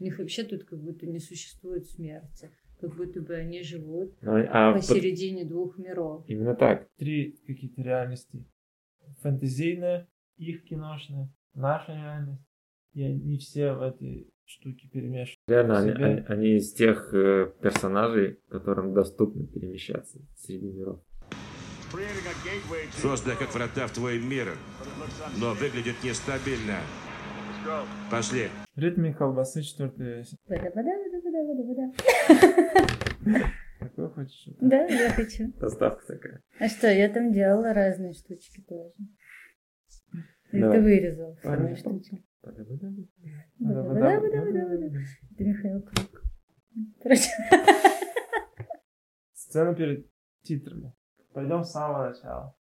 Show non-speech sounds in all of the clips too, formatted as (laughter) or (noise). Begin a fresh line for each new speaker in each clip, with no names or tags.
них вообще тут как будто не существует смерти. Как будто бы они живут
Ну, а вот
посередине двух миров.
Именно так.
Три какие-то реальности. Фэнтезийная, их киношная, наша реальность. И они все в этой штуке перемешаны.
Реально, они,
Себе.
они- они из тех э, персонажей, которым доступно перемещаться среди миров.
Создан как врата в твой мир, но выглядит нестабильно. Пошли.
Ритм и колбасы, четвертая
Вода-вода, вода-вода, вода-вода.
А.
Какой хочешь?
Да, я хочу.
Доставка такая.
А что, я там делала разные штучки тоже. Ты
Давай.
это вырезал.
Ладно.
Разные штучки.
Вода-вода,
Вода-вода-вода-вода-вода.
вода-вода.
Это Михаил Круг. Короче, (laughs)
Сцена перед титрами. Пойдем с самого начала.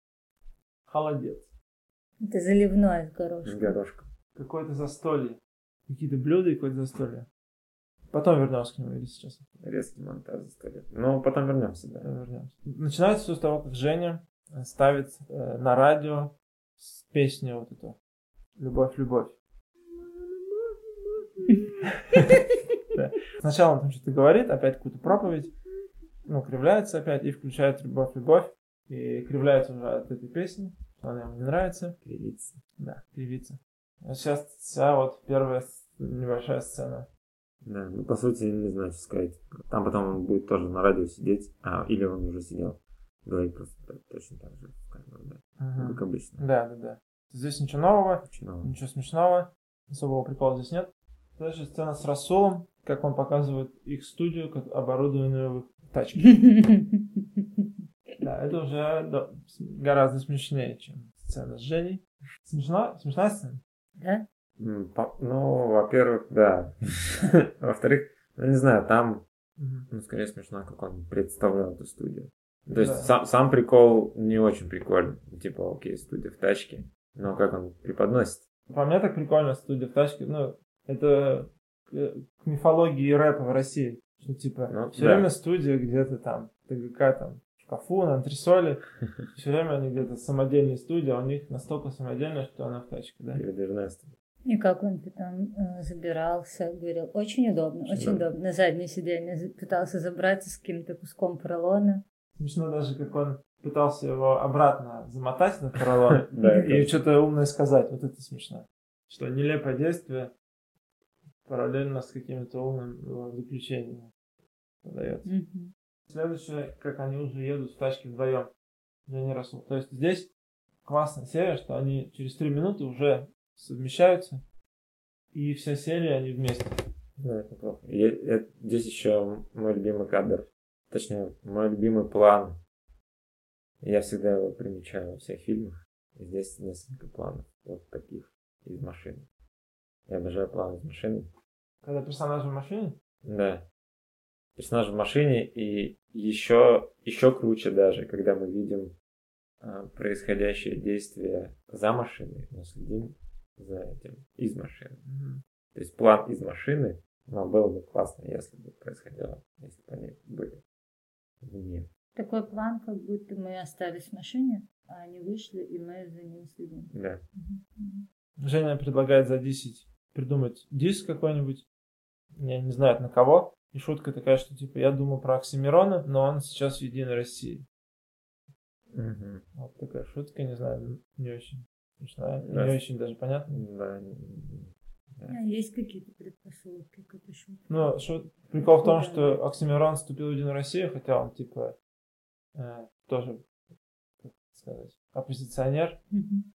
Холодец.
это заливное с
С
горошком.
горошком.
Какое-то застолье. Какие-то блюда и какое-то застолье. Потом вернемся к нему или сейчас
Резкий монтаж заставит. Но потом вернемся,
э,
да.
вернемся. Начинается все с того, как Женя э, ставит э, на радио с песню вот эту «Любовь, любовь». (laughs) Да. Сначала он там что-то говорит, опять какую-то проповедь, ну, кривляется опять и включает «Любовь, любовь». И кривляется уже от этой песни, что она ему не нравится.
Кривиться.
Да, певица. Сейчас вся вот первая с- небольшая сцена.
Да, ну по сути, не знаю, что сказать. Там потом он будет тоже на радио сидеть, а, или он уже сидел. Говорит просто так- точно так же в камеру, да. Ну, Как обычно.
Да, да, да. Здесь ничего нового,
Начинал.
ничего смешного, особого прикола здесь нет. Дальше сцена с Расулом, как он показывает их студию, как оборудованную в их
(laughs)
тачке. Да, это уже да, с- гораздо смешнее, чем сцена с Женей. Смешно? Смешная сцена?
Да?
М, по- Ну, во-первых, да. (laughs) Во-вторых, ну не знаю, там Ну, скорее смешно, как он представлял эту студию. То есть
Да.
сам, сам прикол не очень прикольный. Типа, окей, студия в тачке. Но как он преподносит?
По мне так прикольно студия в тачке. Ну, это э, к мифологии рэпа в России. Что типа
Ну,
все
да.
время студия где-то там, ТГК там, в шкафу,
(laughs)
на антресоле. Все время они где-то самодельные студии, а у них настолько самодельная, что она в тачке, да?
Перед Эрнестом.
(laughs) И как он потом э, забирался, говорил, очень удобно,
Очень
очень,
удобно».
удобно. На заднее сиденье за- пытался забраться с каким-то куском поролона.
Смешно даже, как он пытался его обратно замотать на поролон
(laughs) Да,
и
это-
что-то умное сказать. Вот это смешно. Что нелепое действие параллельно с каким-то умным э, заключением подается.
Мгм.
Следующее, как они уже едут в тачке вдвоем. Женя Расул. То есть здесь классная серия, что они через три минуты уже совмещаются. И вся серия, они вместе.
да, это плохо. И- э, здесь еще мой любимый кадр. Точнее, мой любимый план. Я всегда его примечаю во всех фильмах. И здесь несколько планов. Вот таких. Из машины. Я обожаю план из машины.
Когда персонажи в машине,
Да. Персонаж в машине и еще, еще круче даже, когда мы видим а, происходящее действие за машиной, но следим за этим из машины. То есть план из машины, но было бы классно, если бы происходило, если бы они были вне.
Такой план, как будто мы остались в машине, а они вышли, и мы за ним следим.
Да.
Мгм.
Женя предлагает за 10 придумать диск какой-нибудь. Я не знаю на кого. И шутка такая, что типа я думал про Оксимирона, но он сейчас в Единой России. Вот такая шутка, не знаю, не очень смешная,
Да.
не очень даже понятная.
Да. м,
А есть какие-то предпосылки к этой шутке?
Ну, шо- прикол в том,
Да.
что Оксимирон вступил в Единую Россию, хотя он, типа, э, тоже, как сказать, оппозиционер,
Мгм.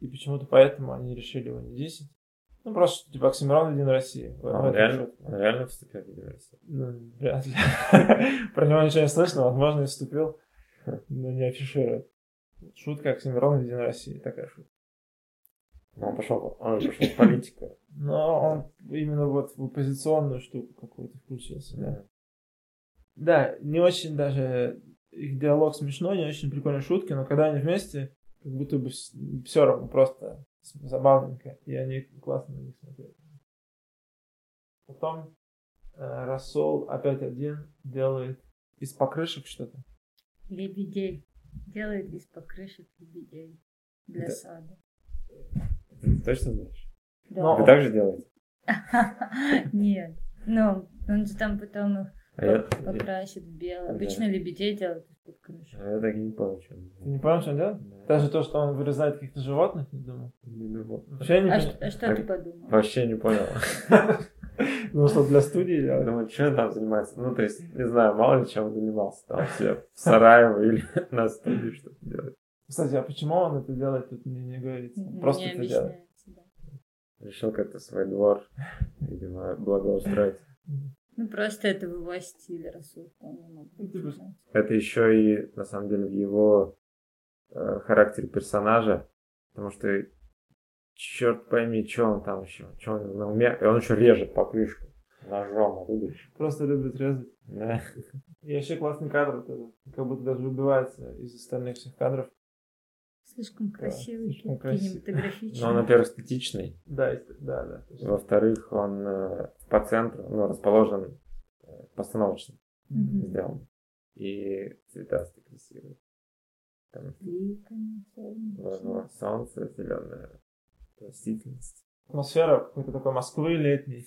и почему-то поэтому они решили его не 10. Ну, просто, что, типа, Оксимирон в Единой России. В- в
А Он,
этом
реально,
шутка.
он реально вступил в Единую Россию.
Ну, вряд ли. (laughs) Про него ничего не слышно, возможно, и вступил, но не афиширует. Шутка Оксимирон в Единой России, такая шутка.
Но Он пошел, он пошел в политику.
Но он именно вот в оппозиционную штуку какую-то включился, да.
Да.
Да, не очень даже их диалог смешной, не очень прикольные шутки, но когда они вместе, как будто бы все равно просто с- забавненько, и они классно на них смотрели. Потом э, Рассол опять один делает из покрышек что-то.
Лебедей. Делает из покрышек лебедей для
Это-
сада.
Ты точно знаешь?
Да. (laughs)
Но-
Вы так же делаете?
Нет. Ну, он же там потом их
А я,
поп- покрасит в белое.
Да.
Обычно лебедей делают из-под камыша.
а я так и не понял, что он
Ты не понял, что он делает?
Да.
Даже то, что он вырезает каких-то животных, не думал.
Не думал.
Вообще не
А
понимаю.
ш- а что ты
Так.
подумал?
Вообще не понял.
(laughs) Ну что, для
(laughs)
студии делать?
Думаю, что он там занимается? Ну, то есть, не знаю, мало ли чем он занимался. Там все в Сараево или (laughs) на студии что-то делает.
Кстати, а почему он это делает, тут не, не говорится.
М,
Просто
не
это делает.
объясняется, да.
Решил как-то свой двор, видимо, благоустроить.
Ну, просто это в его стиле, раз уж он не мог
Ну, типа,
объяснять.
Это еще и, на самом деле, в его э, характере персонажа. Потому что, черт пойми, что он там еще, что он на уме. И он еще режет покрышку ножом, а тут-
Просто любит резать.
Да.
И вообще классный кадр вот этот. Как будто даже выбивается из остальных всех кадров.
Слишком красивый,
слишком
кин-
красивый.
Но Ну, он,
кинематографичный.
во-первых, эстетичный.
Да, и- да, да. точно.
Во-вторых, он э, по центру, ну, расположен э, постановочно
Мгм.
сделан. И цветастый красивый. Там
Бликами, солнечными.
было солнце, зеленая растительность.
Атмосфера какой-то такой Москвы летней.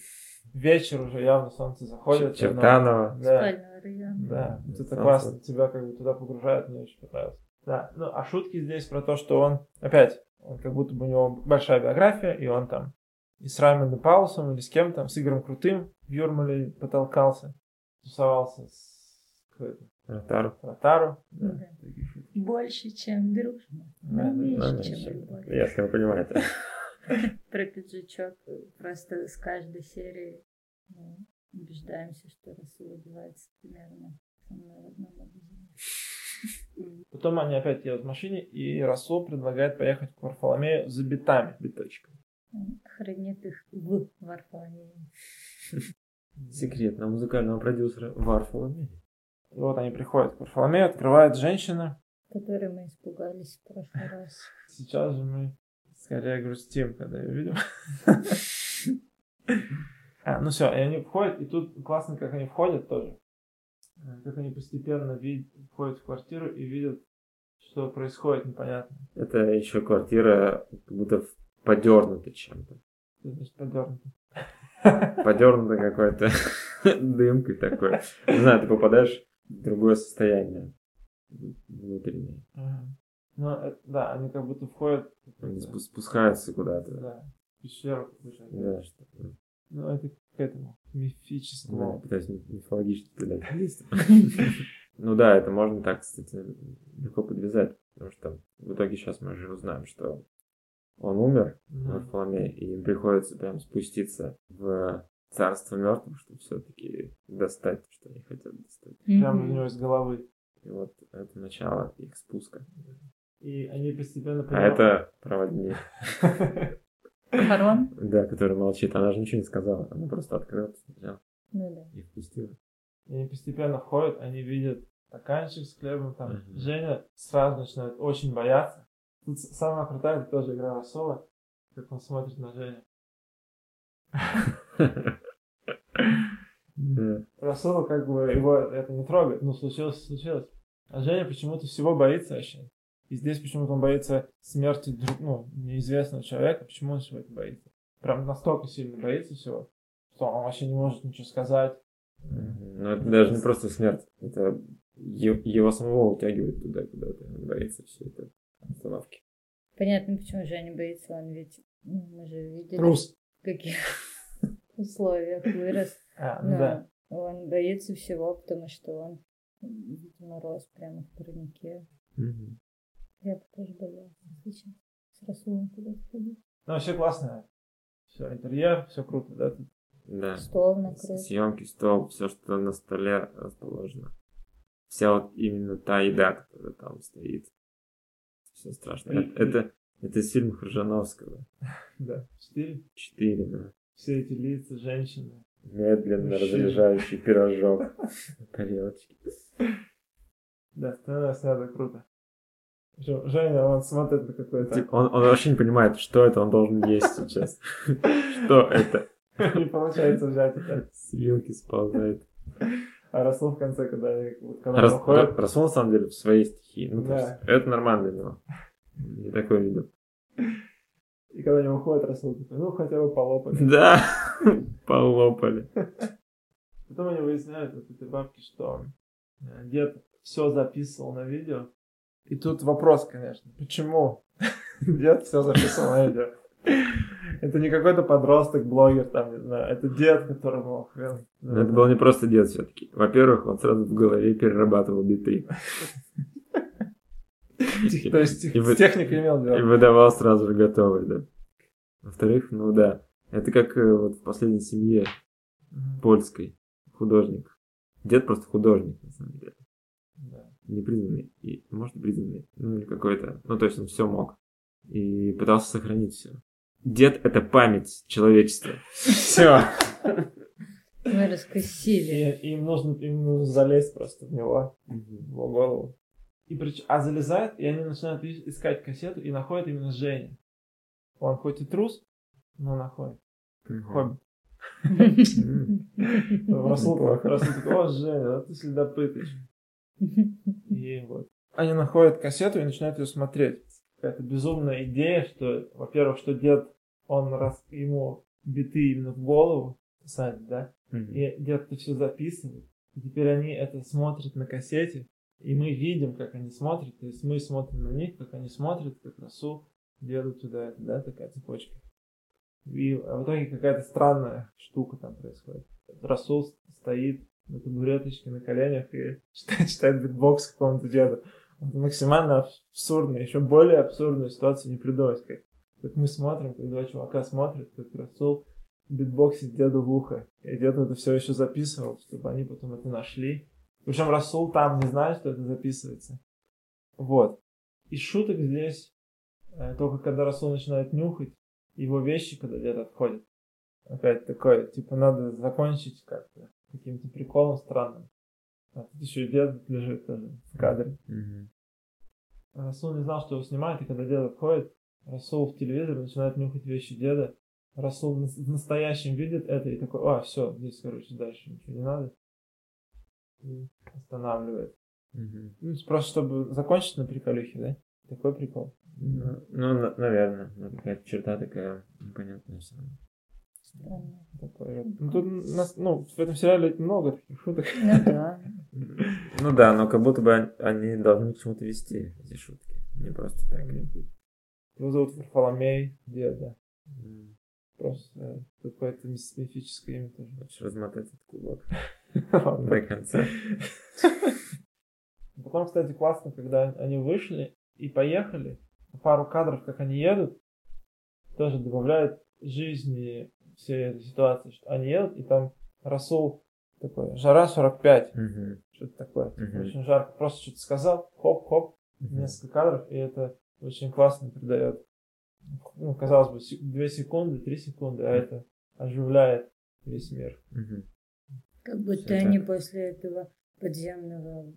Вечер уже явно солнце заходит.
Чер-
оно-
Чертанова.
Да.
Спального района.
Да,
Да,
вот это
солнце.
классно, тебя как бы туда погружают, мне очень понравилось. Да, ну а шутки здесь про то, что он, опять, он как будто бы у него большая биография, и он там и с Раймондом Паулсом или с кем там, с Игорем Крутым в Юрмале потолкался, тусовался с кто это,
Ротару.
Ротару. Да.
Да. Больше, чем дружба.
Да,
Но
да,
Ну,
меньше,
еще.
чем любовь.
Если вы понимаете.
Про пиджачок просто с каждой серии мы убеждаемся, что Расул одевается примерно со мной в одном магазине.
Потом они опять едут в машине, и Расул предлагает поехать к Варфоломею за битами.
Биточком.
Он хранит их в Варфоломее.
Секрет на музыкального продюсера Варфоломея.
И вот они приходят к Варфоломею, открывает женщина.
Который мы испугались в прошлый раз.
Сейчас же мы скорее грустим, когда ее видим. А, ну все, и они входят, и тут классно, как они входят тоже. Э, Как они постепенно вид- входят в квартиру и видят, что происходит непонятно.
Это еще квартира как будто в- подернута чем-то.
Что значит подернуто?
Подернута какой-то (laughs) дымкой такой. Не знаю, ты попадаешь в другое состояние внутреннее.
Ага. Ну, э, да, они как будто входят.
Они спу- спускаются куда-то.
Да. в пещеру какую-то.
Да, что-
Ну, это к этому, к
да,
мифическому.
пытаюсь ми- мифологично туда залезть. (laughs) Ну да, это можно так, кстати, легко подвязать, потому что в итоге сейчас мы же узнаем, что он умер,
Мгм.
Варфоломей, и им приходится прям спуститься в царство мертвых, чтобы все-таки достать, то, что они хотят достать.
Прямо у
Мгм.
него из головы.
И вот это начало их спуска.
И они постепенно
А это проводник, (laughs)
Харон?
да, который молчит. Она же ничего не сказала, она просто открыла взяла
Ну да.
и впустила.
И они постепенно ходят, они видят стаканчик с хлебом, там
Мгм.
Женя сразу начинает очень бояться. Тут с- самая крутая это тоже игра Расова, как он смотрит на Женю.
Да.
Расова как бы его это не трогает, ну случилось, случилось. А Женя почему-то всего боится вообще. И здесь почему-то он боится смерти друг, ну, неизвестного человека, почему он всего это боится. Прям настолько сильно боится всего, что он вообще не может ничего сказать.
Мгм. Но это даже не просто смерть, это е- его самого утягивает туда куда-то, он боится все это остановки.
Понятно, почему Женя боится, он ведь, ну, мы же видели,
Трус.
в каких (laughs) условиях вырос.
А, ну
Но
да.
он боится всего, потому что он, видимо, рос прямо в турнике. Я бы тоже боялась. Сейчас с Расулом куда-то ходить.
Ну вообще классно. Все, интерьер, все круто, да? Тут
Да.
Стол накрыт.
Съемки, стол, все, что на столе расположено. Вся вот именно та еда, которая там стоит. Все страшно.
И-
Это, это, это из фильма Хржановского.
Да. Четыре.
Четыре, да.
Все эти лица, женщины.
Медленно
Мужчина.
разряжающий пирожок. на тарелочке.
Да, становится снято круто. Причем Женя, он смотрит на какой-то...
Типа, Он, он вообще не понимает, что это он должен есть сейчас. Типа,
(laughs)
Что это?
Не получается взять это.
С вилки сползает.
А Расул в конце, когда они вот ко
Рас-
нам уходят,
Расул, на самом деле, в своей стихии. Ну, то
Да.
есть, это нормально для него. Не такой видел.
И когда они уходят, Расул такой, ну, хотя бы полопали.
Да, (laughs) полопали.
Потом они выясняют от этой бабки, что э, дед все записывал на видео. И тут вопрос, конечно, почему (laughs) дед все записывал на видео? Это не какой-то подросток, блогер, там, не знаю, это дед, которому хрен.
Но это был не просто дед все-таки. Во-первых, он сразу в голове перерабатывал биты.
Тех- То есть
И вы-
с техникой имел
И
дело.
выдавал сразу же готовый, да. Во-вторых, ну да. Это как э, вот в последней семье
Мгм.
польской художник. Дед просто художник, на самом деле.
Да.
Не признанный. И, может, признанный. Ну, или какой-то. Ну, то есть он все мог. И пытался сохранить все. Дед — это память человечества. Все.
Мы
И
раскосили.
им нужно, им нужно залезть просто в него, в его голову. И прич... А залезает, и они начинают и- искать кассету, и находят именно Женя. Он хоть и трус, но находит. Хобби. Расул
Неплохо.
Расул такой, о, Женя, да ты следопыт. ещё».
Ну
И вот. Они находят кассету и начинают ее смотреть. Какая-то безумная идея, что, во-первых, что дед, он раз ему биты именно в голову, Сань, да? И где-то все записывает. И теперь они это смотрят на кассете, и мы видим, как они смотрят. То есть мы смотрим на них, как они смотрят, как Расул делают туда, это, да, такая цепочка. И а в итоге какая-то странная штука там происходит. Расул с- стоит на табуреточке, на коленях и (laughs) читает, читает битбокс какому-то деду. Это максимально абсурдно, еще более абсурдную ситуацию не придумать. Как, как мы смотрим, как два чувака смотрят, как Расул битбоксить деду в ухо. И дед это все еще записывал, чтобы они потом это нашли. Причем Расул там не знает, что это записывается. Вот. И шуток здесь э, только когда Расул начинает нюхать его вещи, когда дед отходит. Опять такое, типа, надо закончить как-то каким-то приколом странным. А тут еще и дед лежит тоже в кадре.
Мгм.
Расул не знал, что его снимают, и когда дед отходит, Расул в телевизор начинает нюхать вещи деда. Расул на- в настоящем видит это и такой, а, все, здесь, короче, дальше ничего не надо. И останавливает.
Мгм.
Ну, это просто чтобы закончить на приколюхе, да? Такой прикол.
Ну, на- наверное. Ну, Какая-то черта такая непонятная. всё равно.
Странно.
Такой вот. Ну, тут нас, ну, в этом сериале много таких шуток.
Ну да.
Ну да, но как будто бы он- они должны к чему-то вести, эти шутки. Не просто так.
Его зовут Варфоломей, дед, да. Просто э, какое-то мис- мифическое имя тоже. (laughs)
Хочешь размотать этот клубок
Ладно.
до конца.
Потом, кстати, классно, когда они вышли и поехали, пару кадров, как они едут, тоже добавляют жизни всей этой ситуации, что они едут, и там Расул такой, жара 45,
Мгм.
что-то такое, типа,
Мгм.
очень жарко, просто что-то сказал, хоп-хоп, несколько кадров, и это очень классно придает, ну, казалось бы, 2 секунды, 3 секунды, а это оживляет весь мир.
Мгм.
Как будто
Всё
они после этого подземного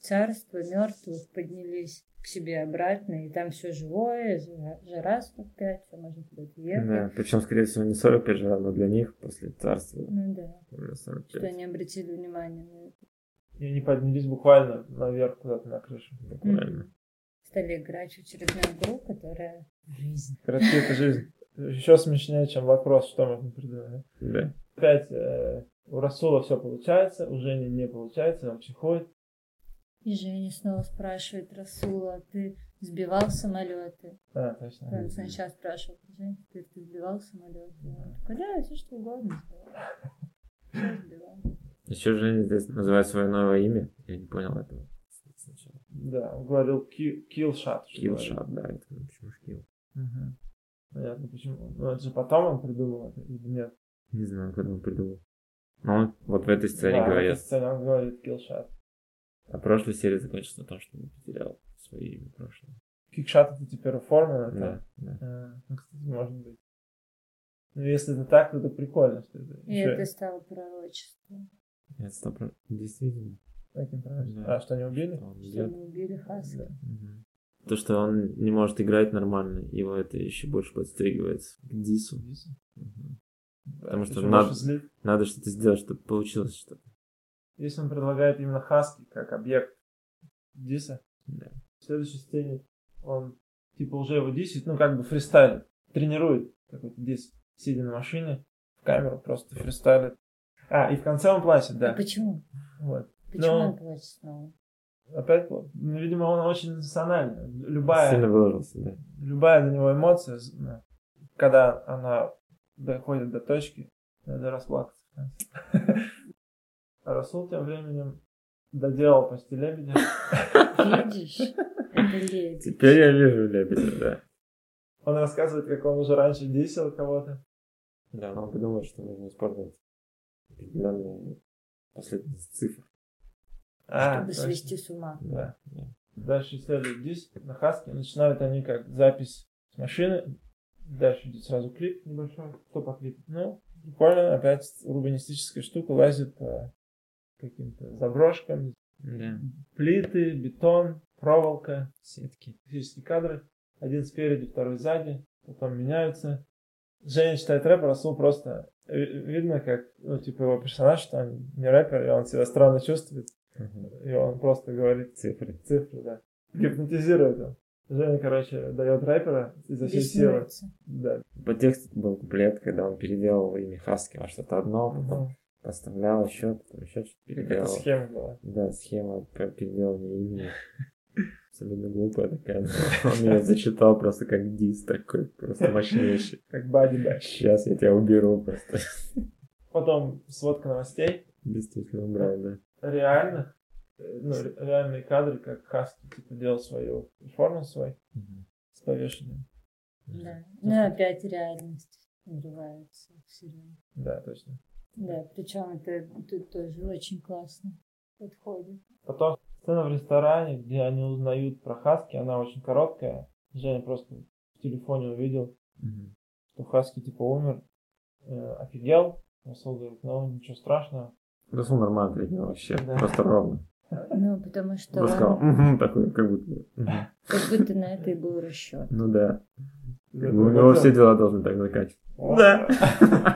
царства мертвых поднялись к себе обратно, и там все живое, жара- жара 45, все можно туда ехать.
Да, причем, скорее всего, не 45 жрал, но для них после царства
Ну да,
уже
что
45.
они обратили внимание на это.
И они поднялись буквально наверх куда-то на крышу.
Буквально.
Мгм. Стали играть в очередную игру, которая жизнь.
Короче, это жизнь. Еще смешнее, чем вопрос, что можно придумать.
Да.
Опять э, у Расула все получается, у Жени не получается, он психует.
И Женя снова спрашивает Расула, «А ты сбивал самолеты?
Да, А, точно.
Он сначала спрашивал, Женя, ты, ты сбивал самолеты? Он такой, да, все что угодно сбивал. Все сбивал.
Еще Женя здесь называет свое новое имя. Я не понял этого сначала.
Да, он говорил ки- киллшат. что говорит.
Киллшат, да. Я такой, почему ж килл?
Мгм. Понятно, почему. Ну, это же потом он придумал это или нет?
Не знаю, когда он придумал. Но он вот в этой сцене
да, в этой
говорит.
сцене он говорит киллшат.
А прошлая серия закончилась на том, что он потерял свое имя прошлое.
Кикшат это теперь оформлено. так?
Да, да.
Э, ну, кстати, может быть. Ну, если это так, то это прикольно, что это.
И
ещё
это стало пророчеством,
Это сто про- Действительно.
таким правильно.
Да.
А что, не убили?
он
что
идет.
мы убили Хаска.
Мгм. То, что он не может играть нормально, его это еще больше подстегивает к дису. Мгм. Потому что
Ещё
надо-
больше злит.
Надо что-то сделать, чтобы получилось что-то.
Здесь он предлагает именно Хаски как объект Диса.
Да.
В следующей сцене он типа уже его дисит, ну как бы фристайлит. тренирует какой-то диск, сидя на машине, в камеру просто фристайлит. А, и в конце он плачет,
А
да.
почему?
Вот.
Почему
Ну.
он плачет снова?
Опять, пла- ну, видимо, он очень эмоциональный. Любая...
Сильно выложился, да.
любая для него эмоция, з- ну, когда она доходит до точки, надо расплакаться. (laughs) в конце. А Расул тем временем доделал «Пасти лебедя».
Видишь? Это леди.
Теперь я вижу лебедя, да.
Он рассказывает, как он уже раньше дисел кого-то.
Да, но он подумал, что нужно использовать определенные последовательность цифр.
А,
Чтобы
точно.
свести с ума.
Да. Дальше следует диск на хаске. Начинают они как запись с машины. Дальше идет сразу клип небольшой. Кто по клипу? Ну, буквально опять урбанистическая штука лазит по каким-то заброшкам,
Да.
плиты, бетон, проволока,
Сетки.
физические кадры. Один спереди, второй сзади, потом меняются. Женя читает рэп, а Расул просто ви- видно, как, ну, типа, его персонаж, что он не рэпер, и он себя странно чувствует, и он просто говорит
Цифры.
цифры, да. Гипнотизирует он. Женя, короче, дает рэпера изо всей силы.
Веснуется.
Да.
По тексту был куплет, когда он переделал имя Хаски во что-то одно, потом поставлял еще, потом еще что-то
Какая-то
переделал.
схема была.
Да, схема по переделыванию (laughs) имени. Абсолютно глупая такая. но Он (laughs) меня зачитал просто как дис такой, просто мощнейший.
Как Бади Бэш.
Сейчас я тебя уберу просто.
Потом сводка новостей.
Действительно убрал, да.
реальных, э, ну, ре- реальные кадры, как Хаски, типа, делал свою перформанс свой с повешенным.
Да. Ну, опять реальность врывается в сериал.
Да, точно.
Да, причем это тут тоже очень классно подходит.
Потом сцена в ресторане, где они узнают про Хаски, она очень короткая. Женя просто в телефоне увидел,
Мгм.
что Хаски, типа, умер, э, офигел. Расул говорит, ну, ничего страшного.
Расул Ну, нормально ответил вообще,
Да.
просто ровно.
Ну, потому что
Просто сказал,
он,
«Мгм», такой, как будто. бы, «Мгм».
как будто на это и был расчет.
Ну да.
Да,
Как бы Ну, У него все дела должны так заканчиваться. Да.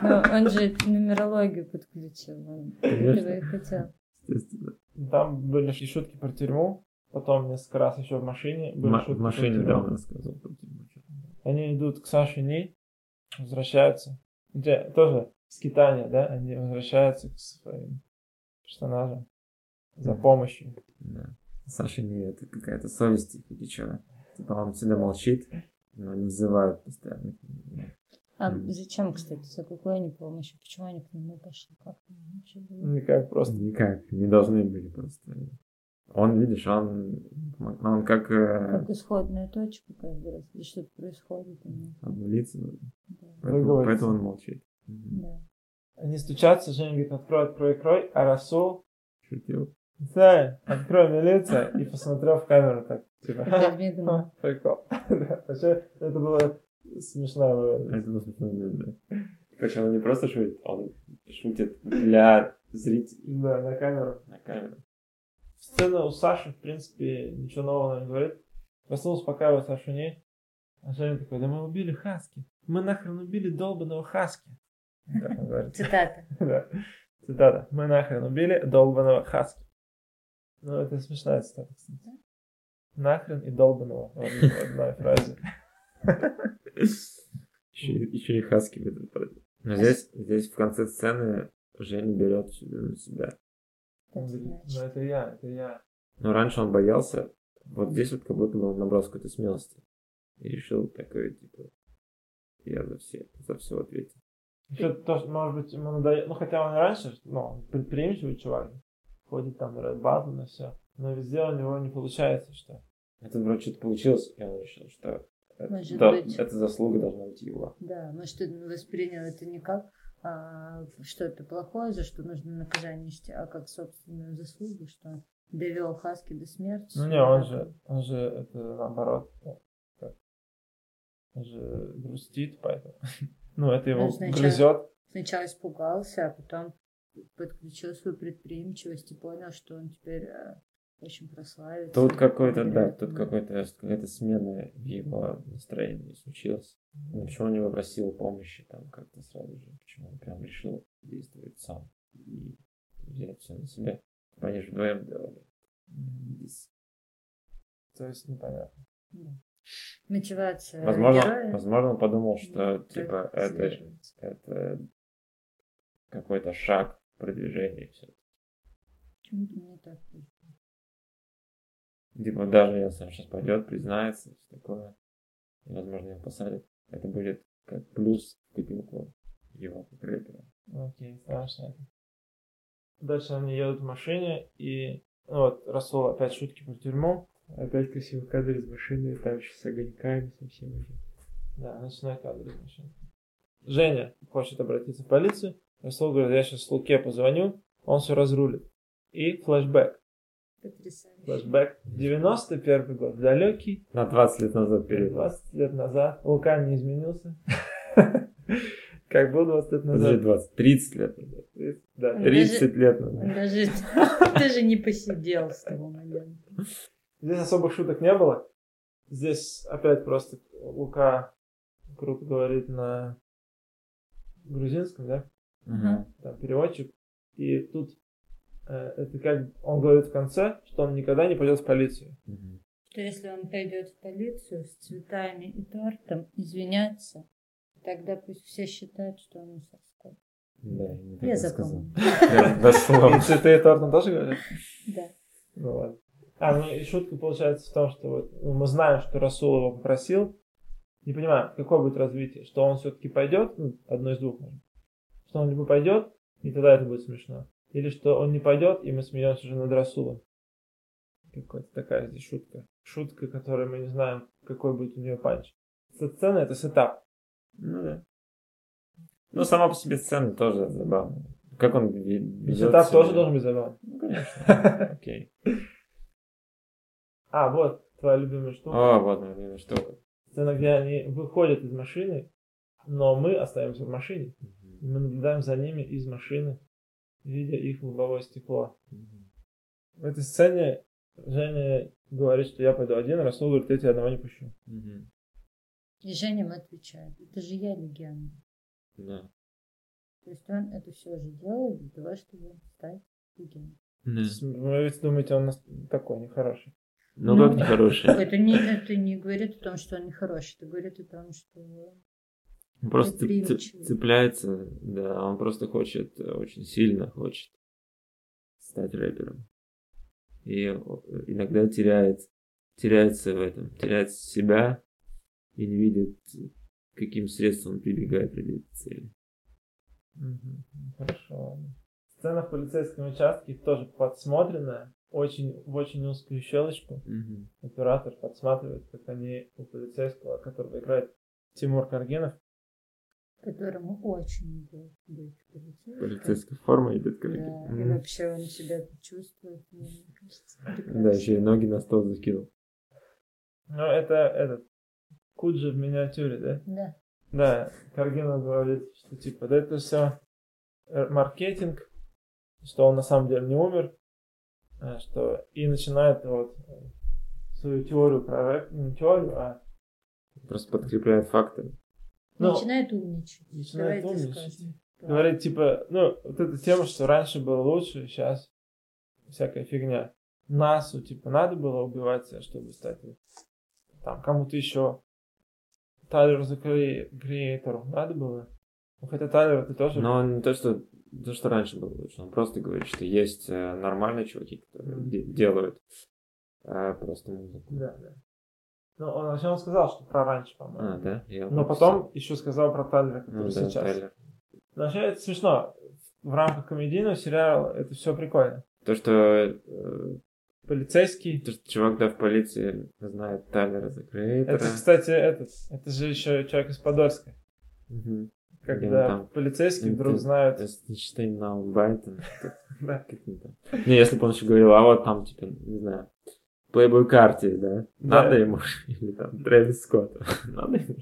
Но Ну, он же нумерологию подключил. Он этого и хотел.
Естественно.
Там были и шутки про тюрьму. Потом несколько раз еще в машине были
Ма-
шутки
В
про
машине,
тюрьму.
да, он рассказывал. про тюрьму.
Они идут к Саше Ни, возвращаются. Где тоже скитание, да? Они возвращаются к своим персонажам за
Мгм.
помощью.
Да. Саша не это какая-то совесть их или чего. Типа он всегда молчит, но не взывают постоянно.
А
Мгм.
зачем, кстати, за какой они помощи? Почему они к нему пошли? Как они вообще были?
Никак
Просто
Ну, просто.
никак, не должны были просто. Он, видишь, он, ну, он как э,
Как исходная точка каждый раз, и что-то происходит у них.
обнулится,
Да.
поэтому,
Выговорится.
поэтому он молчит. Мгм.
Да.
Они стучатся, Женя говорит, открой, открой, открой, а Расул,
Шутил.
не знаю, открой милиция и посмотрел в камеру так, типа, «Ха-ха,
Подмигнул.
прикол. (laughs) Да, Вообще, это было смешно. было.
А Это было смешно, да, да. Короче, он не просто шутит, он шутит для зрителей
Да, на камеру.
на камеру.
Сцена у Саши, в принципе, ничего нового она не говорит. Расул успокаивает Сашу не. А Женя такой, да мы убили Хаски. Мы нахрен убили долбаного Хаски. Так он говорит.
Цитата.
(laughs) Да. Цитата. Мы нахрен убили долбаного Хаски. Ну, это смешная цитата, кстати. Нахрен и долбаного в одной- в одной фразе.
Еще, еще и хаски в этом парне. Но здесь, здесь в конце сцены Женя берет себя.
Он говорит, ну это я, это я.
Но раньше он боялся, вот здесь вот как будто бы он набрался какой-то смелости. И решил такое, типа, я за все, за все ответил.
Еще то, что, может быть, ему надоело. Ну, хотя он и раньше, ну, он предприимчивый чувак. Ходит там, на батл, на все. Но везде у него не получается, что
Это вроде что-то получилось, и он решил, что это,
Может
да,
быть.
эта заслуга должна быть его.
Да, может, он воспринял это не как а, что-то плохое, за что нужно наказание нести, а как собственную заслугу, что он довел Хаски до смерти.
Ну не, он же, он же это наоборот. ну, как, Он же грустит, поэтому. (laughs) Ну, это его
Ну, сначала-
грызет.
Сначала испугался, а потом подключил свою предприимчивость и понял, что он теперь э, очень прославится.
Тут какой-то, да,
Наберет,
тут
ну,
какой-то, какая-то смена в его настроении случилась. Ну, почему он не попросил помощи там как-то сразу же? Почему он прям решил действовать сам и взять все на себя? Они же вдвоем делали. Здесь
То есть ну, непонятно.
да.
мотивация
Возможно,
героя.
возможно, он подумал, что
Ну,
типа
так
это,
сдерживается.
это какой-то шаг в продвижении. всё.
Почему-то мне так кажется.
Типа даже если он сейчас пойдет, признается, все такое, и, возможно, его посадят, это будет как плюс в копилку его как рэпера.
Окей, страшно. Дальше они едут в машине, и ну, вот Расул опять шутки про тюрьму.
Опять красивый кадр из машины, там еще с огоньками совсем уже.
Да, начинай кадры из машины. Женя хочет обратиться в полицию. Расул говорит, я сейчас Луке позвоню, он все разрулит. И флешбэк.
Потрясающе.
Флешбэк. 91 год, далекий,
На 20 лет назад
перед
перед
20 лет назад. Лука не изменился. (laughs) Как был 20 лет
Подожди,
назад.
20, 30 лет назад.
Да.
30 лет назад.
Он даже,
(laughs)
даже не посидел с того момента.
Здесь особых шуток не было. Здесь опять просто Лука круто говорит на грузинском, да?
Мгм.
Там переводчик. И тут э, это как он говорит в конце, что он никогда не пойдет в полицию.
Мгм.
Что если он пойдет в полицию с цветами и тортом извиняться, тогда пусть все считают, что он соскок.
Да, не так
Я
и
запомнила.
сказал. Прям дошло.
И цветы и торт он тоже говорит?
(laughs) Да.
Ну ладно. А, ну и шутка получается в том, что вот ну, мы знаем, что Расул его попросил. Не понимаю, какое будет развитие, что он все-таки пойдет, ну, одно из двух, может. что он либо пойдет, и тогда это будет смешно, или что он не пойдет, и мы смеемся уже над Расулом. Какая-то такая здесь шутка. Шутка, которой мы не знаем, какой будет у нее панч. Сцена это сетап.
Ну да. Ну, сама по себе сцена тоже забавная. Как он ве-
И
ведет
Сетап
себя.
тоже должен быть забавным.
Ну, конечно. Окей.
А, вот, твоя любимая штука.
О, А, вот, наверное, штука.
Сцена, где они выходят из машины, но мы остаемся в машине. И мы наблюдаем за ними из машины, видя их лобовое стекло. В этой сцене Женя говорит, что я пойду один, Расул говорит, я тебя одного не пущу.
Мгм.
И Женя ему отвечает, это же я легенда.
Да.
То есть он это все же делает для того, чтобы стать легендой.
С- Вы ведь думаете, он нас- такой нехороший.
Ну,
Ну.
как нехорошее.
Это не, это не говорит о том, что он нехороший, это говорит о том, что
Просто ц-
Предприимчивый.
цепляется, да, он просто хочет, э, очень сильно хочет стать рэпером. И э, иногда теряет, теряется в этом, теряет себя и не видит, к каким средством он прибегает ради этой цели.
Мгм. Хорошо. ладно. Сцена в полицейском участке тоже подсмотренная, очень, в очень узкую щелочку. оператор подсматривает, как они у полицейского, которого играет Тимур Каргинов,
которому очень идет быть полицейским.
Полицейская форма идет
Да,
как
и вообще он себя чувствует, мне кажется,
Да,
прекрасно.
еще и ноги на стол закинул.
Ну, это этот Куджи в миниатюре, да?
Да.
Да, Каргинов говорит, что типа, да это все маркетинг, что он на самом деле не умер, а, что и начинает вот э, свою теорию про рэп, не теорию, а
Просто подкрепляет факты.
Ну,
начинает умничать.
начинает
Давайте
умничать.
скажем.
Говорит, типа, ну, вот эта тема, что раньше было лучше, сейчас всякая фигня. Насу, типа, надо было убивать, чтобы стать вот там кому-то еще. Тайлеру за Creator надо было. Ну, хотя Тайлер ты тоже...
Но он не то, что не то, что раньше было лучше. Он просто говорит, что есть э, нормальные чуваки, которые
Мгм.
де- делают э, просто музыку.
Да, да. Ну, он вообще он сказал, что про раньше, по-моему.
А, да? Я
Но
написал.
потом еще сказал про Тайлера, который
Ну да,
сейчас.
Тайлер.
Но вообще это смешно. В рамках комедийного сериала это все прикольно.
То, что, э,
Полицейский
то, что чувак, да, в полиции знает Тайлера за Creator.
Это, кстати, этот, это же еще человек из Подольска.
Мгм. Блин,
Когда
там-
полицейские
Ну,
вдруг
ты-
знают.
Эйнштейн, (laughs) Наубайтен.
Да.
Как они там. Не, если бы он еще говорил, а вот там, типа, не знаю, Playboy Карти, да?
Да.
Надо ему? (laughs) Или там Трэвис Скотт. (laughs) Надо ему?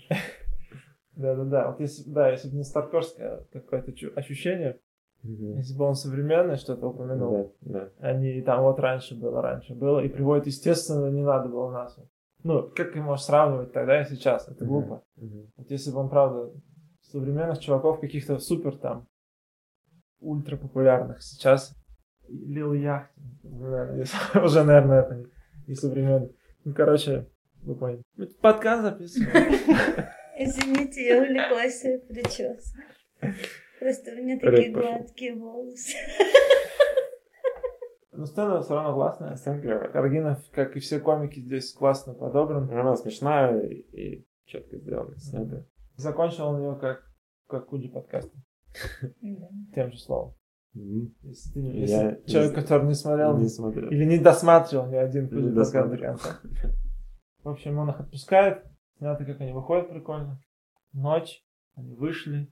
Да, да, да. Вот если, да, если бы не старперское какое-то чу- ощущение,
Мгм.
если бы он современное что-то упомянул,
Да, да.
они там вот раньше было, раньше было, и приводит, естественно, не надо было нас. Ну, как ты можешь сравнивать тогда и сейчас? Это
Мгм.
глупо.
Мгм.
Вот если бы он, правда, современных чуваков каких-то супер там ультра популярных сейчас (laughs) Лил Яхтин, уже, наверное, это не современный. Ну, короче, Вы поняли. Мы тут подкаст записываем.
Извините, я увлеклась своей прической. Просто у меня такие
Рэп пошёл.
гладкие волосы.
Но сцена все равно классная.
Сцена клевая.
Каргинов, как и все комики, здесь классно подобран.
Она смешная и четко сделана, снята.
Закончил он ее как, как Куди подкаста. Тем же словом.
Мгм.
Если ты не-
Я
если человек,
не-
который не смотрел,
Не смотрел.
Или не досматривал ни один
Или
Куди подкаст до
досмотрел.
конца. В общем, он их отпускает. Снято, как они выходят, прикольно. Ночь. Они вышли,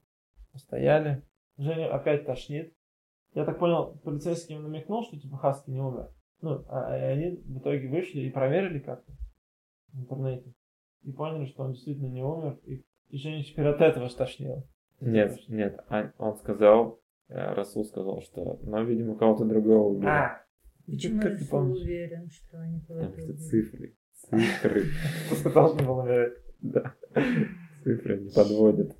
постояли. Женю опять тошнит. Я так понял, полицейский им намекнул, что типа Хаски не умер. Ну, а, а они в итоге вышли и проверили как-то в интернете. И поняли, что он действительно не умер. И, и Женя теперь от этого стошнило.
Нет, нет, а- он сказал, э, Расул сказал, что, ну, видимо, кого-то другого убили.
А,
Почему
как ты
Расул
помнишь?
уверен, что они кого-то
Потому что
убили?
цифры, (laughs) цифры,
просто должен был умереть.
да, цифры не подводят.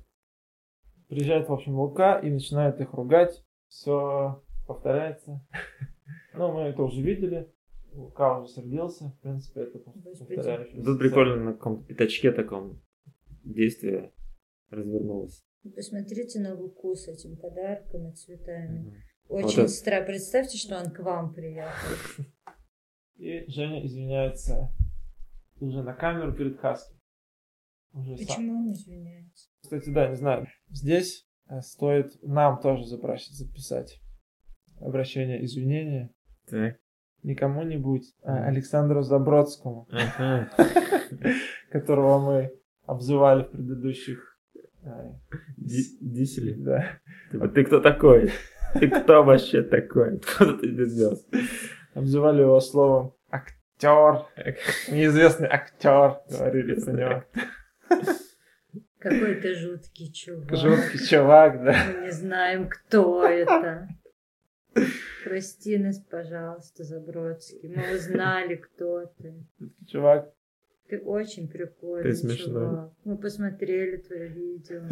Приезжает, в общем, Лука и начинает их ругать. Все повторяется.
(laughs)
Ну, мы это уже видели. Лука уже сердился. В принципе, это
Господи.
повторяющийся.
Тут прикольно на каком-то пятачке таком действие развернулось.
Вы Ну, Посмотрите на Луку с этим подарком и цветами.
Мгм.
Очень
это-
стра- Представьте, что он к вам приехал.
И Женя извиняется уже на камеру перед Хаски. Уже сам.
Почему он извиняется?
Кстати, да, не знаю. Здесь э, стоит нам тоже запрашивать, записать обращение извинения
Так.
не кому-нибудь, а Александру Забродскому.
Ага.
(laughs) которого мы обзывали в предыдущих э,
Ди- Дисели.
да,
Типа, ты кто такой? Ты (laughs) кто вообще такой? Кто ты здесь делал?
обзывали его словом актер, неизвестный актер, говорили про него.
Какой ты жуткий чувак.
Жуткий чувак, да.
Мы не знаем, кто это. Прости нас, пожалуйста, Забродский. Мы узнали, кто ты.
Чувак,
Ты очень прикольный
Ты смешной.
чувак. Мы посмотрели твое видео.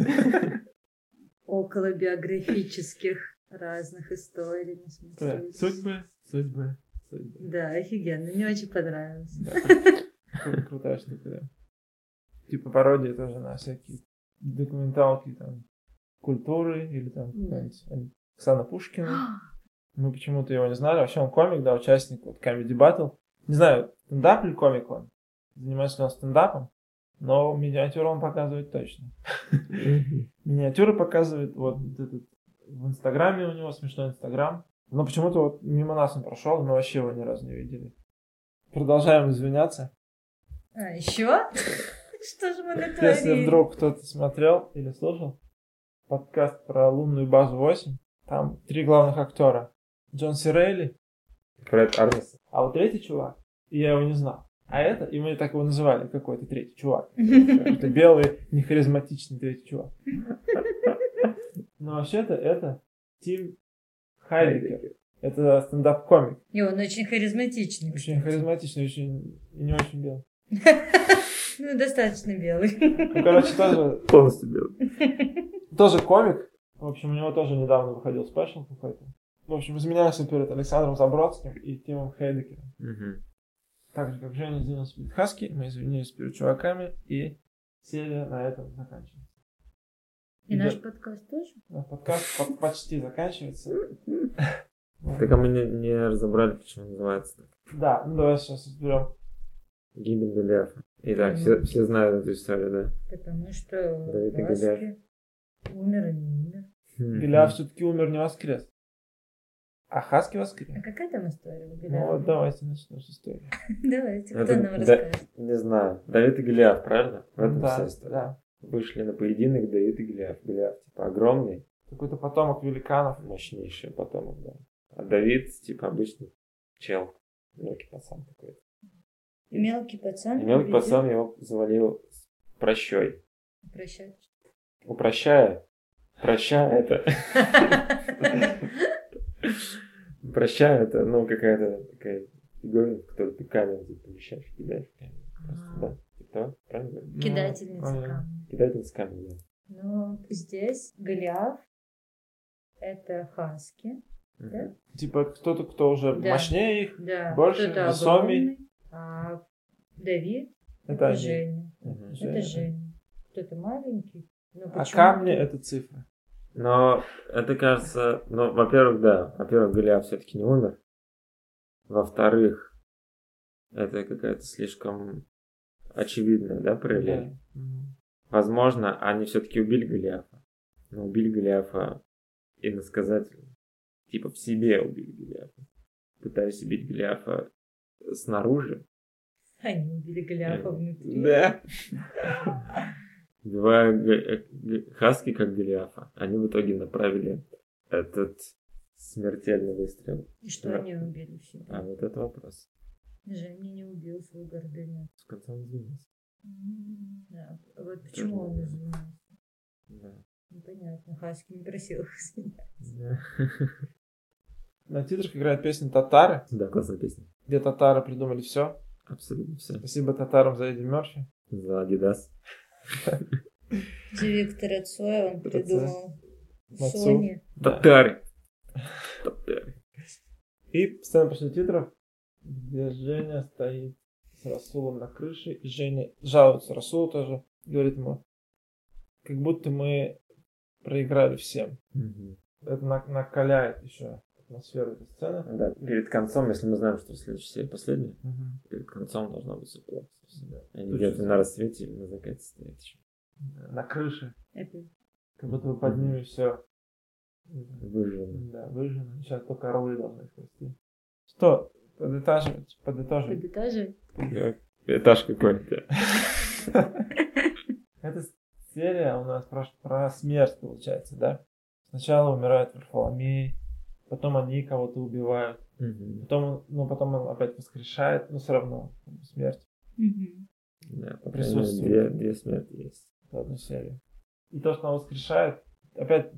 Около биографических разных историй. мы
да,
смотрели.
судьбы, судьбы, судьбы.
Да, офигенно. Мне очень понравилось.
Кру- Крутая штука, да. Типа пародия тоже на всякие документалки там культуры или там какая-нибудь Оксана Пушкина.
А,
Мы почему-то его не знали. Вообще он комик, да, участник вот Comedy Battle. Не знаю, стендап или комик он. Занимается ли он стендапом, но миниатюру он показывает точно. Миниатюры показывает вот этот в Инстаграме у него смешной Инстаграм. Но почему-то вот мимо нас он прошел, мы вообще его ни разу не видели. Продолжаем извиняться.
А, еще? (laughs) Что же мы
Если
натворили?
вдруг кто-то смотрел или слушал подкаст про лунную базу 8, там три главных актера. Джон Сирейли,
Фред Армис.
а вот третий чувак, и я его не знал. А это, и мы так его называли, какой-то третий чувак. Это белый, нехаризматичный третий чувак. Но вообще-то это Тим Хайдекер. Это стендап-комик.
(laughs) И он очень харизматичный.
Очень харизматичный, очень и не очень белый.
Ну, достаточно белый.
Ну, короче, тоже
Полностью белый.
Тоже комик. В общем, у него тоже недавно выходил спешл какой-то. В общем, изменялся перед Александром Забродским и Тимом Хейдекером.
Мгм.
Так же, как Женя извинился перед Хаски, мы извинились перед чуваками и серия на этом заканчивается.
И
Да,
наш подкаст тоже?
наш подкаст по- почти заканчивается.
Так а мы не, не разобрали, почему называется так.
Да, ну давай сейчас разберем.
Гибель Голиафа. И так, все, все знают эту историю, да?
Потому что
Да, это
Баски умер и не умер.
Мгм.
Голиаф все-таки умер не воскрес. А Хаски воскрес.
А какая там история у
Ну вот,
Беляева?
давайте начнем с истории.
(laughs) Давайте, кто
Это-
нам
да.
расскажет?
Не знаю. Давид и Голиаф, правильно? В этом вся
Да,
история.
да.
Вышли на поединок Давид и Голиаф. Голиаф, типа, огромный,
Какой-то потомок великанов.
мощнейший потомок, да. А Давид, типа, обычный чел. Мелкий пацан такой.
Мелкий пацан.
И мелкий
победил.
пацан его завалил с прощой.
Прощай.
Упрощая. Прощая это. Прощая это, ну, какая-то такая фигура, в которую ты камень типа, помещаешь, кидаешь камень. Просто,
А.
да. Типа того, правильно? говорю?
Ну,
Кидательница
правильно.
камня.
Кидательница камня, да.
Ну, здесь Голиаф — это хаски. Да.
Типа кто-то, кто уже
Да.
мощнее их,
Да,
Больше
кто-то
весомей.
огромный. А Давид
Это
Это
они.
Женя.
Мгм.
Это Женя. Кто-то маленький. Но
А
почему?
камни — это цифры.
Но это кажется, ну, во-первых, да, во-первых, Голиаф все-таки не умер. Во-вторых, это какая-то слишком очевидная, да, параллель.
Да. Мгм.
Возможно, они все-таки убили Голиафа. Но убили Голиафа иносказательно. Типа в себе убили Голиафа. Пытались убить Голиафа снаружи.
Они убили Голиафа
Эм,
внутри.
(laughs) Два г- э, г- хаски, как Голиафа, они в итоге направили этот смертельный выстрел.
И что
Да.
они убили в себе?
А вот это вопрос.
Женя не убил свою гордыню.
С концом извинился.
Да. Вот почему он
Тоже.
извинился?
Да.
Непонятно. Хаски не просил их извиняться.
Да.
На титрах играет песня «Татары»,
Да, классная песня.
где татары придумали все.
Абсолютно все.
Спасибо татарам за Эдди Мерфи.
За Адидас.
Директор Цоя он
Отцоя.
придумал.
Отцу.
Сони.
Татары! Татары.
И сцена после титров, где Женя стоит с Расулом на крыше, и Женя жалуется Расулу тоже, говорит ему, как будто мы проиграли всем.
Мгм.
Это на- накаляет еще атмосферу этой сцены.
Да, перед концом, если мы знаем, что следующая серия последняя, перед концом должно быть все плохо. Они
Точно.
где-то на рассвете или на закате стоят еще.
На крыше,
Это
как будто бы под ними все
Выжжены.
да, выжжено. Сейчас только орлы должны спасти. Что? Подытаживать, подытоживать.
подытажи.
Этаж какой-то.
Эта серия у нас про, про смерть, получается, да? Сначала умирает Варфоломей, потом они кого-то убивают,
Мгм.
потом, он- ну, потом он опять воскрешает, но все равно как бы, смерть
Мгм.
Да, по крайней мере,
Присутствует.
Две, две смерти есть.
в одну серию. И то, что он воскрешает, опять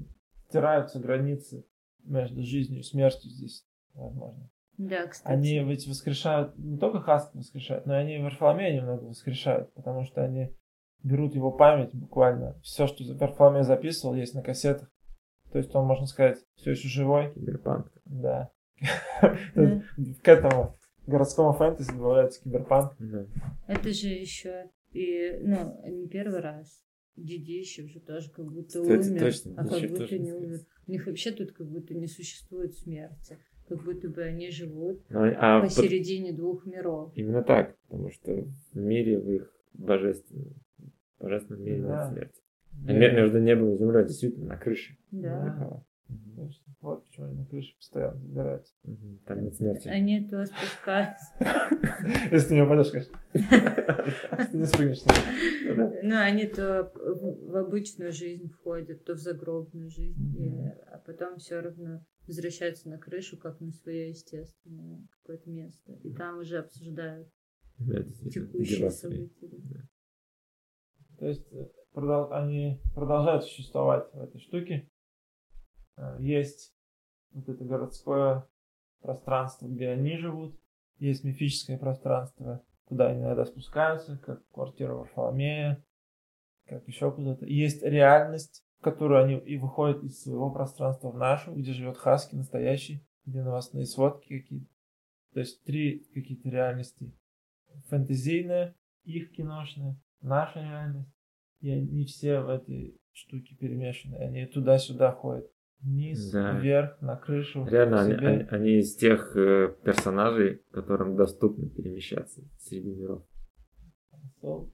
стираются границы между жизнью и смертью здесь, возможно.
Да, кстати.
э,
Они ведь воскрешают, не только Хаска воскрешают, но и они и Варфоломея немного воскрешают, потому что они берут его память буквально. Все, что Варфоломей записывал, есть на кассетах. То есть он, можно сказать, все еще живой.
Киберпанк.
Да. То есть (laughs) К этому городскому фэнтези добавляется киберпанк.
Да.
Это же еще и, ну, не первый раз. Диди еще же тоже как будто
Кстати,
умер,
точно,
а как
вообще
будто
тоже
не
не
умер. У них вообще тут как будто не существует смерти. Как будто бы они живут
Ну, а под-
посередине двух миров.
Именно так, потому что в мире в их божественном, божественном мире
Да.
нет смерти. А мир между небом и землей действительно на крыше.
Да.
Да. Точно. Вот почему они на крыше постоянно забираются. (laughs)
Мгм. Там нет смерти.
Они то спускаются.
Если ты не упадешь, конечно. Если ты не спрыгнешь. то-
Ну, они то в в обычную жизнь входят, то в загробную жизнь, и-
Мгм.
а потом все равно возвращаются на крышу, как на свое естественное какое-то место. И там уже обсуждают
Да, действительно,
текущие
дела свои.
события.
То есть э, продол- они продолжают существовать в этой штуке. Э, Есть вот это городское пространство, где они живут. Есть мифическое пространство, куда они иногда спускаются, как квартира Варфоломея, как еще куда-то. И Есть реальность, в которую они и выходят из своего пространства в нашу, где живет Хаски настоящий, где новостные сводки какие-то. То есть три какие-то реальности. Фэнтезийная, их киношная, наша реальность. И они все в этой штуке перемешаны. Они туда-сюда ходят. Вниз,
Да.
вверх, на крышу.
Реально,
к
они,
себе.
они- они из тех э, персонажей, которым доступно перемещаться среди миров.
Сол,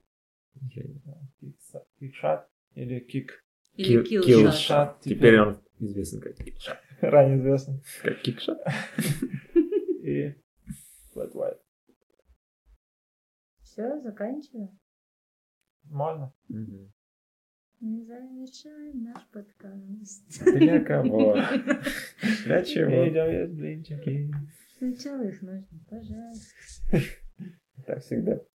Женя.
да, кикса- Кикшат или Кик. (laughs)
Или
Ки-
килл
киллшот.
Кикшат
Теперь он известен как Кикша.
ранее известный.
Как Кикша?
И Flat White.
Все, заканчиваем.
Можно?
Мгм.
Завершаем наш подкаст.
Для кого? Для
И
чего?
идем есть блинчики.
Сначала их нужно, пожалуйста.
Так всегда.